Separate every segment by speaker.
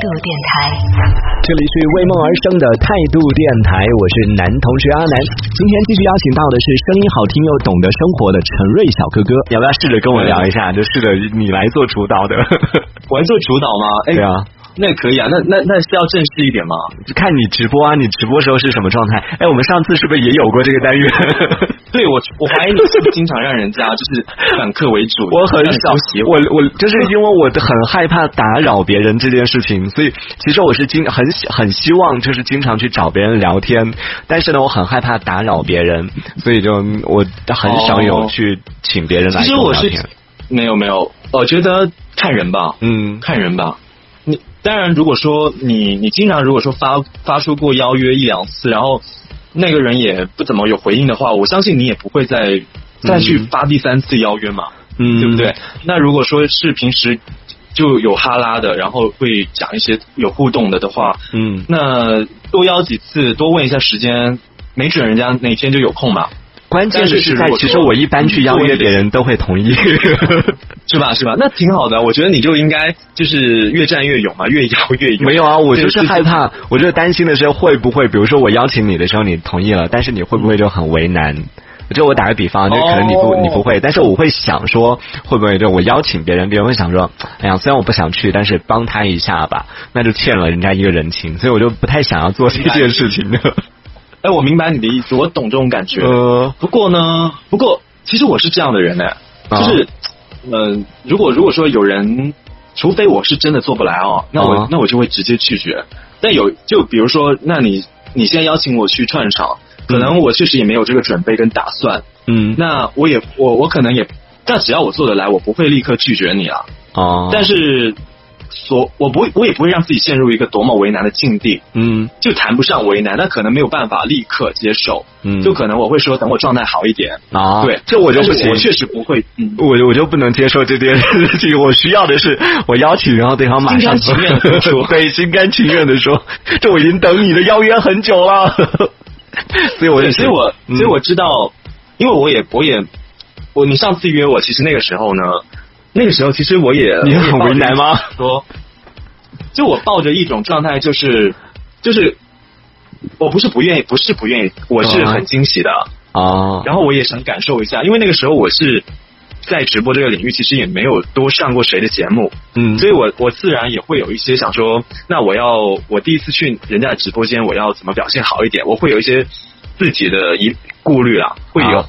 Speaker 1: 度电台，
Speaker 2: 这里是为梦而生的态度电台，我是男同学阿南。今天继续邀请到的是声音好听又懂得生活的陈瑞小哥哥，
Speaker 3: 要不要试着跟我聊一下？就试着你来做主导的，
Speaker 4: 我来做主导吗？哎
Speaker 3: 对啊，
Speaker 4: 那可以啊，那那那是要正式一点吗？
Speaker 3: 看你直播啊，你直播时候是什么状态？哎，我们上次是不是也有过这个 单元？
Speaker 4: 对我，我怀疑你是不是经常让人家就是反客为主，
Speaker 3: 我很
Speaker 4: 让人
Speaker 3: 少
Speaker 4: 不喜，
Speaker 3: 我我就是因为我很害怕打扰别人这件事情，所以其实我是经很喜很希望就是经常去找别人聊天，但是呢，我很害怕打扰别人，所以就我很少有
Speaker 4: 哦
Speaker 3: 去请别人来
Speaker 4: 其实
Speaker 3: 跟我
Speaker 4: 我
Speaker 3: 聊
Speaker 4: 是
Speaker 3: 天。
Speaker 4: 没有没有，我觉得看人吧，
Speaker 3: 嗯，
Speaker 4: 看人吧。你当然，如果说你你经常如果说发发出过邀约一两次，然后那个人也不怎么有回应的话，我相信你也不会再再去
Speaker 3: 嗯
Speaker 4: 发第三次邀约嘛，
Speaker 3: 嗯
Speaker 4: 对不对？？那如果说是平时就有哈拉的，然后会讲一些有互动的的话，
Speaker 3: 嗯，
Speaker 4: 那多邀几次，多问一下时间，没准人家哪天就有空嘛，
Speaker 3: 关键
Speaker 4: 但是
Speaker 3: 是
Speaker 4: 是
Speaker 3: 在
Speaker 4: 如果
Speaker 3: 其实
Speaker 4: 说
Speaker 3: 我一般去邀约别人都会同 意。
Speaker 4: 是吧？是吧？那挺好的，我觉得你就应该就是越战越勇嘛，越邀越 勇。
Speaker 3: 没有啊，我就
Speaker 4: 这
Speaker 3: 是
Speaker 4: 个事
Speaker 3: 害怕， 我就担心的是会不会，比如说我邀请你的时候你同意了，但是你会不会就很为难？就我打个比方，就可能你不、
Speaker 4: 哦
Speaker 3: 你不会，但是我会想说，会不会就我邀请别人，别人会想说，哎呀，虽然我不想去，但是帮他一下吧，那就欠了人家一个人情，所以我就不太想要做这件事情的。
Speaker 4: 哎，我明白你的意思，我懂这种感觉。
Speaker 3: 呃，
Speaker 4: 不过呢，不过其实我是这样的人呢，
Speaker 3: 啊
Speaker 4: 就是，嗯、如果如果说有人，除非我是真的做不来哦，那我、
Speaker 3: 啊
Speaker 4: 那我就会直接拒绝。但有就比如说，那你你现在邀请我去串场，可能我确实也没有这个准备跟打算，
Speaker 3: 嗯，
Speaker 4: 那我也我我可能也，但只要我做得来，我不会立刻拒绝你啊。
Speaker 3: 哦，
Speaker 4: 但是所我不会我也不会让自己陷入一个多么为难的境地，
Speaker 3: 嗯
Speaker 4: 就谈不上为难，但可能没有办法立刻接受，
Speaker 3: 嗯，
Speaker 4: 就可能我会说等我状态好一点，
Speaker 3: 啊，
Speaker 4: 对，
Speaker 3: 这我就
Speaker 4: 但
Speaker 3: 不
Speaker 4: 是
Speaker 3: 行，
Speaker 4: 我确实不会，嗯，
Speaker 3: 我我就不能接受这件 事情，我需要的是我邀请，然后对方马上
Speaker 4: 心甘情愿地 说
Speaker 3: 对，心甘情愿的说，这我已经等你的邀约很久了， 所以我
Speaker 4: 对
Speaker 3: 就
Speaker 4: 所以我
Speaker 3: 嗯
Speaker 4: 所以我知道，因为我也我也我你上次约我，其实那个时候呢，那个时候其实我也
Speaker 3: 你很为难？
Speaker 4: 我也抱着
Speaker 3: 吗？
Speaker 4: 一种说，就我抱着一种状态，就是就是。我不是不愿意，不是不愿意，我是
Speaker 3: 嗯
Speaker 4: 很惊喜的。
Speaker 3: 啊，
Speaker 4: 然后我也想感受一下，因为那个时候我是在直播这个领域，其实也没有多上过谁的节目，
Speaker 3: 嗯，
Speaker 4: 所以我我自然也会有一些想说，那我要我第一次去人家的直播间，我要怎么表现好一点？我会有一些自己的一顾虑啦，会有，
Speaker 3: 啊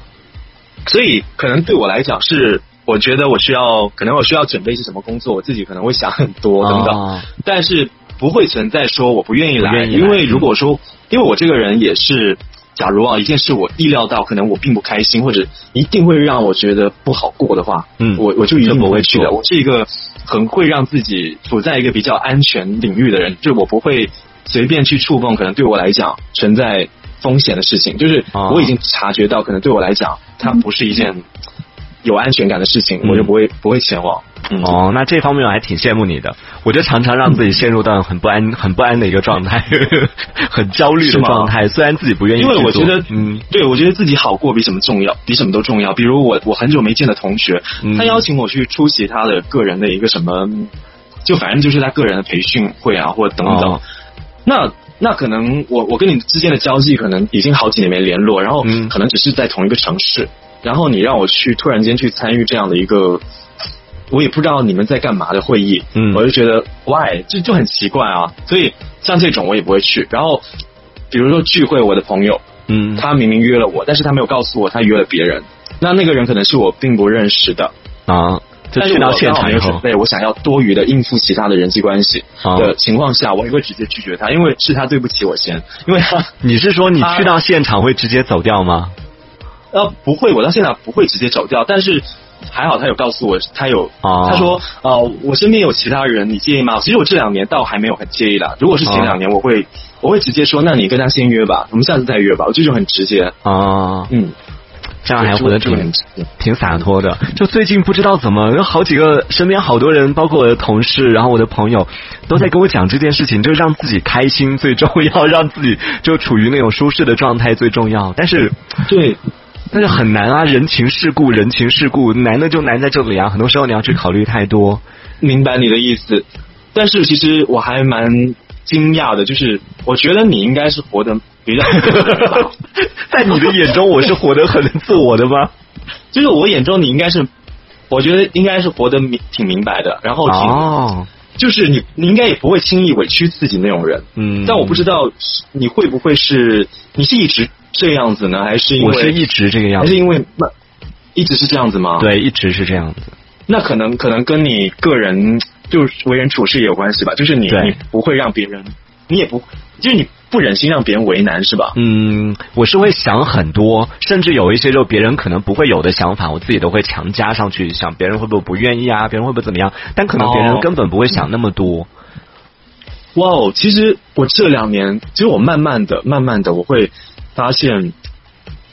Speaker 4: 所以可能对我来讲是。我觉得我需要，可能我需要准备一些什么工作，我自己可能会想很多等等，
Speaker 3: 啊
Speaker 4: 但是不会存在说我不愿意来，
Speaker 3: 不愿意来
Speaker 4: 因为如果说，因为我这个人也是，假如啊一件事我意料到，可能我并不开心，或者一定会让我觉得不好过的话，
Speaker 3: 嗯
Speaker 4: 我我就一定不会去
Speaker 3: 就
Speaker 4: 的。
Speaker 3: 不会做
Speaker 4: 我是一个很会让自己处在一个比较安全领域的人，就是我不会随便去触碰，可能对我来讲存在风险的事情，就是
Speaker 3: 啊
Speaker 4: 我已经察觉到，可能对我来讲它不是一件有安全感的事情，
Speaker 3: 嗯
Speaker 4: 我就不会不会前往。嗯
Speaker 3: 哦，那这方面我还挺羡慕你的，我就常常让自己陷入到很不安、很不安的一个状态， 很焦虑的
Speaker 4: 是吗
Speaker 3: 状态。虽然自己不愿意
Speaker 4: 因
Speaker 3: 去做，
Speaker 4: 为我觉得，
Speaker 3: 嗯，
Speaker 4: 对我觉得自己好过比什么重要，比什么都重要。比如我，我很久没见的同学，
Speaker 3: 嗯
Speaker 4: 他邀请我去出席他的个人的一个什么，就反正就是他个人的培训会啊，或者等等。
Speaker 3: 哦
Speaker 4: 那那可能我我跟你之间的交际可能已经好几年没联络，然后
Speaker 3: 嗯
Speaker 4: 可能只是在同一个城市，然后你让我去突然间去参与这样的一个。我也不知道你们在干嘛的会议，
Speaker 3: 嗯
Speaker 4: 我就觉得 why 这就很奇怪啊，所以像这种我也不会去。然后比如说聚会，我的朋友，
Speaker 3: 嗯，
Speaker 4: 他明明约了我，但是他没有告诉我他约了别人。那那个人可能是我并不认识的，
Speaker 3: 啊，就
Speaker 4: 但是
Speaker 3: 去到
Speaker 4: 我
Speaker 3: 现
Speaker 4: 刚好
Speaker 3: 场
Speaker 4: 没
Speaker 3: 以
Speaker 4: 有准
Speaker 3: 后，
Speaker 4: 备，我想要多余的应付其他的人际关系
Speaker 3: 啊
Speaker 4: 的情况下，我也会直接拒绝他，因为是他对不起我先，因为他
Speaker 3: 你是说你
Speaker 4: 他
Speaker 3: 去到现场会直接走掉吗？
Speaker 4: 呃不会，我到现在不会直接走掉，但是还好他有告诉我，他有、
Speaker 3: 哦
Speaker 4: 他说呃我身边有其他人，你介意吗？其实我这两年倒还没有很介意啦，如果是
Speaker 3: 啊
Speaker 4: 前两年，我会、我会直接说，那你跟他先约吧，我们下次再约吧，我这就很直接，
Speaker 3: 啊，
Speaker 4: 嗯，
Speaker 3: 这样还活得
Speaker 4: 这个很
Speaker 3: 挺
Speaker 4: 直接。
Speaker 3: 挺洒脱的。就最近不知道怎么，有好几个身边好多人，包括我的同事，然后我的朋友，都在跟我讲这件事情，就让自己开心最重要，让自己就处于那种舒适的状态最重要。但是
Speaker 4: 对，
Speaker 3: 但是很难啊，人情世故，人情世故难的就难在这里啊，很多时候你要去考虑太多。
Speaker 4: 明白你的意思。但是其实我还蛮惊讶的，就是我觉得你应该是活得比较，
Speaker 3: 在你的眼中，我是活得很自我的吗？
Speaker 4: 就是我眼中你应该是，我觉得应该是活得明挺明白的，然后挺、
Speaker 3: 哦，
Speaker 4: 就是你你应该也不会轻易委屈自己那种人。
Speaker 3: 嗯
Speaker 4: 但我不知道你会不会是你是一直这样子呢，还是因为
Speaker 3: 哦我是一直这个样
Speaker 4: 还
Speaker 3: 子
Speaker 4: 是，因为那一直是这样子吗？，
Speaker 3: 对，一直是这样子。
Speaker 4: 那可能可能跟你个人就是为人处事也有关系吧，就是你
Speaker 3: 对
Speaker 4: 你不会让别人，你也不就是你不忍心让别人为难是吧？
Speaker 3: 嗯，我是会想很多，甚至有一些就别人可能不会有的想法，我自己都会强加上去，想别人会不会不愿意啊，别人会不会怎么样？但可能别人
Speaker 4: 哦
Speaker 3: 根本不会想那么多。
Speaker 4: 哇哦，其实我这两年，其实我慢慢的、慢慢的，我会发现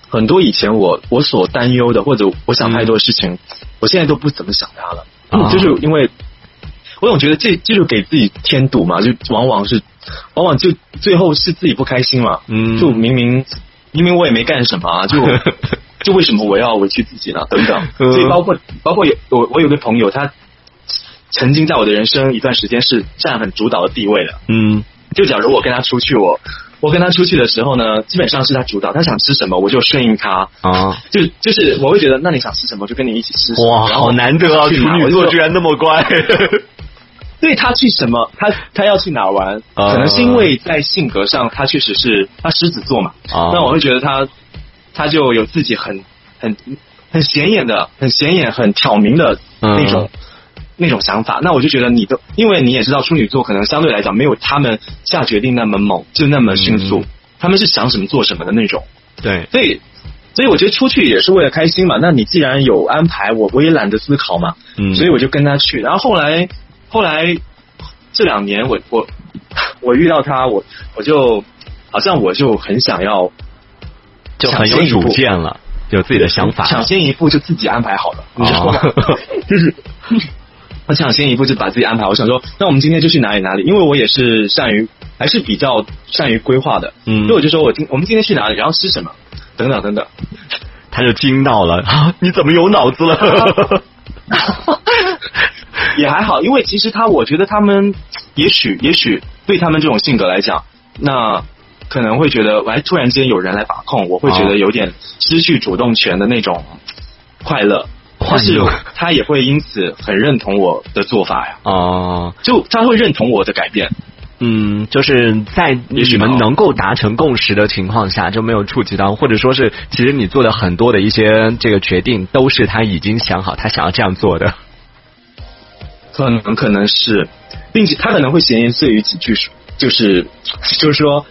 Speaker 4: 很多以前我我所担忧的，或者我想太多的事情，我现在都不怎么想它了，
Speaker 3: 啊
Speaker 4: 就是因为我总觉得这这就给自己添堵嘛，就往往是往往就最后是自己不开心嘛，
Speaker 3: 嗯
Speaker 4: 就明明明明我也没干什么、 啊，就就为什么我要委屈自己呢？等等，
Speaker 3: 嗯
Speaker 4: 所以包括包括有我我有个朋友他。曾经在我的人生一段时间是占很主导的地位的，
Speaker 3: 嗯，
Speaker 4: 就假如我跟他出去，我我跟他出去的时候呢，基本上是他主导，他想吃什么我就顺应他。
Speaker 3: 啊，
Speaker 4: 就就是我会觉得，那你想吃什么就跟你一起吃什么。
Speaker 3: 哇，
Speaker 4: 然后
Speaker 3: 好难得啊，
Speaker 4: 去
Speaker 3: 处
Speaker 4: 哪
Speaker 3: 女
Speaker 4: 我
Speaker 3: 座
Speaker 4: 就
Speaker 3: 居然那么 乖。
Speaker 4: 对他去什么，他他要去哪儿玩，
Speaker 3: 啊
Speaker 4: 可能是因为在性格上他确实是他狮子座嘛，
Speaker 3: 啊
Speaker 4: 那我会觉得他他就有自己很很很显眼的、很显眼、很挑明的那种。那种想法，那我就觉得你都，因为你也知道处女座可能相对来讲没有他们下决定那么猛，就那么迅速，
Speaker 3: 嗯
Speaker 4: 他们是想什么做什么的那种。
Speaker 3: 对，
Speaker 4: 所以，所以我觉得出去也是为了开心嘛。那你既然有安排，我我也懒得思考嘛，
Speaker 3: 嗯
Speaker 4: 所以我就跟他去。然后后来，后来这两年我我 我遇到他，我我就好像我就很想要
Speaker 3: 就很有
Speaker 4: 抢先一步
Speaker 3: 主见了，有自己的想法。
Speaker 4: 抢先一步就自己安排好了，你知道吗？
Speaker 3: 哦
Speaker 4: 就是我抢先一步就把自己安排好。我想说，那我们今天就去哪里哪里，因为我也是善于，还是比较善于规划的。
Speaker 3: 嗯
Speaker 4: 所以我就说我今我们今天去哪里，然后吃什么，等等等等。
Speaker 3: 他就惊到了， 啊你怎么有脑子了？
Speaker 4: 也还好，因为其实他，我觉得他们，也许也许对他们这种性格来讲，那可能会觉得，哎，突然间有人来把控，我会觉
Speaker 3: 哦
Speaker 4: 得有点失去主动权的那种快乐。
Speaker 3: 快乐
Speaker 4: 但是他也会因此很认同我的做法呀，
Speaker 3: 哦，
Speaker 4: 就他会认同我的改变。
Speaker 3: 嗯，就是在
Speaker 4: 也许
Speaker 3: 你
Speaker 4: 吧
Speaker 3: 们能够达成共识的情况下，就没有触及到，或者说是，其实你做的很多的一些这个决定，都是他已经想好，他想要这样做的。
Speaker 4: 可能可能是，并且他可能会闲言碎语几句，就是就是说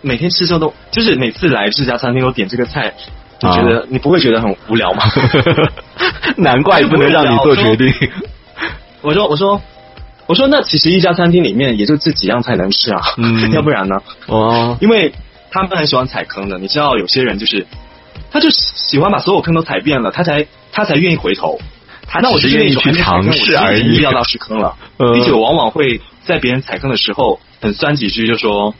Speaker 4: 每天吃这都，就是每次来这家餐厅都点这个菜，你
Speaker 3: 啊
Speaker 4: 觉得、你不会觉得很无聊吗？
Speaker 3: 难怪不能让你做决定。
Speaker 4: 我说我说我说那其实一家餐厅里面也就这几样菜能吃啊，
Speaker 3: 嗯
Speaker 4: 要不然呢？
Speaker 3: 哦，
Speaker 4: 因为他们很喜欢踩坑的，你知道有些人就是。他就喜欢把所有坑都踩遍了，他才他才愿意回头。
Speaker 3: 他
Speaker 4: 那我
Speaker 3: 只
Speaker 4: 就是
Speaker 3: 愿意
Speaker 4: 哎那种
Speaker 3: 去
Speaker 4: 还没踩坑
Speaker 3: 尝试而
Speaker 4: 我就已经
Speaker 3: 已
Speaker 4: 预。料到是坑了，
Speaker 3: 嗯
Speaker 4: 并且我往往会在别人踩坑的时候很酸几句，就说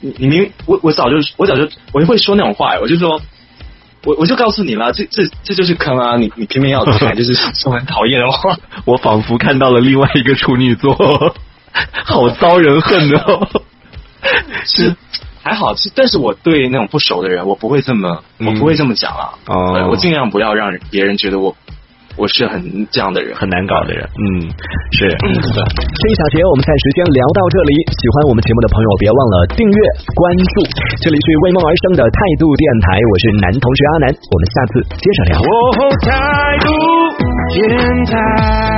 Speaker 4: 你你明我我早就我早就我就会说那种话，我就说。我我就告诉你了，这这这就是坑啊！你你偏偏 要踩，就是说很讨厌的话。
Speaker 3: 我仿佛看到了另外一个处女座， 好遭人恨哦。嗯
Speaker 4: 是还好，是但是我对那种不熟的人，我不会这么，
Speaker 3: 嗯
Speaker 4: 我不会这么讲啊。
Speaker 3: 哦
Speaker 4: 呃我尽量不要让人别人觉得我我是很这样的人。
Speaker 3: 很难搞的人，嗯，
Speaker 2: 这
Speaker 3: 是。
Speaker 2: 一小节我们暂时先聊到这里。喜欢我们节目的朋友，别忘了订阅关注。这里是为梦而生的态度电台，我是男同事阿南，我们下次接着聊。
Speaker 1: 哦，态度电台。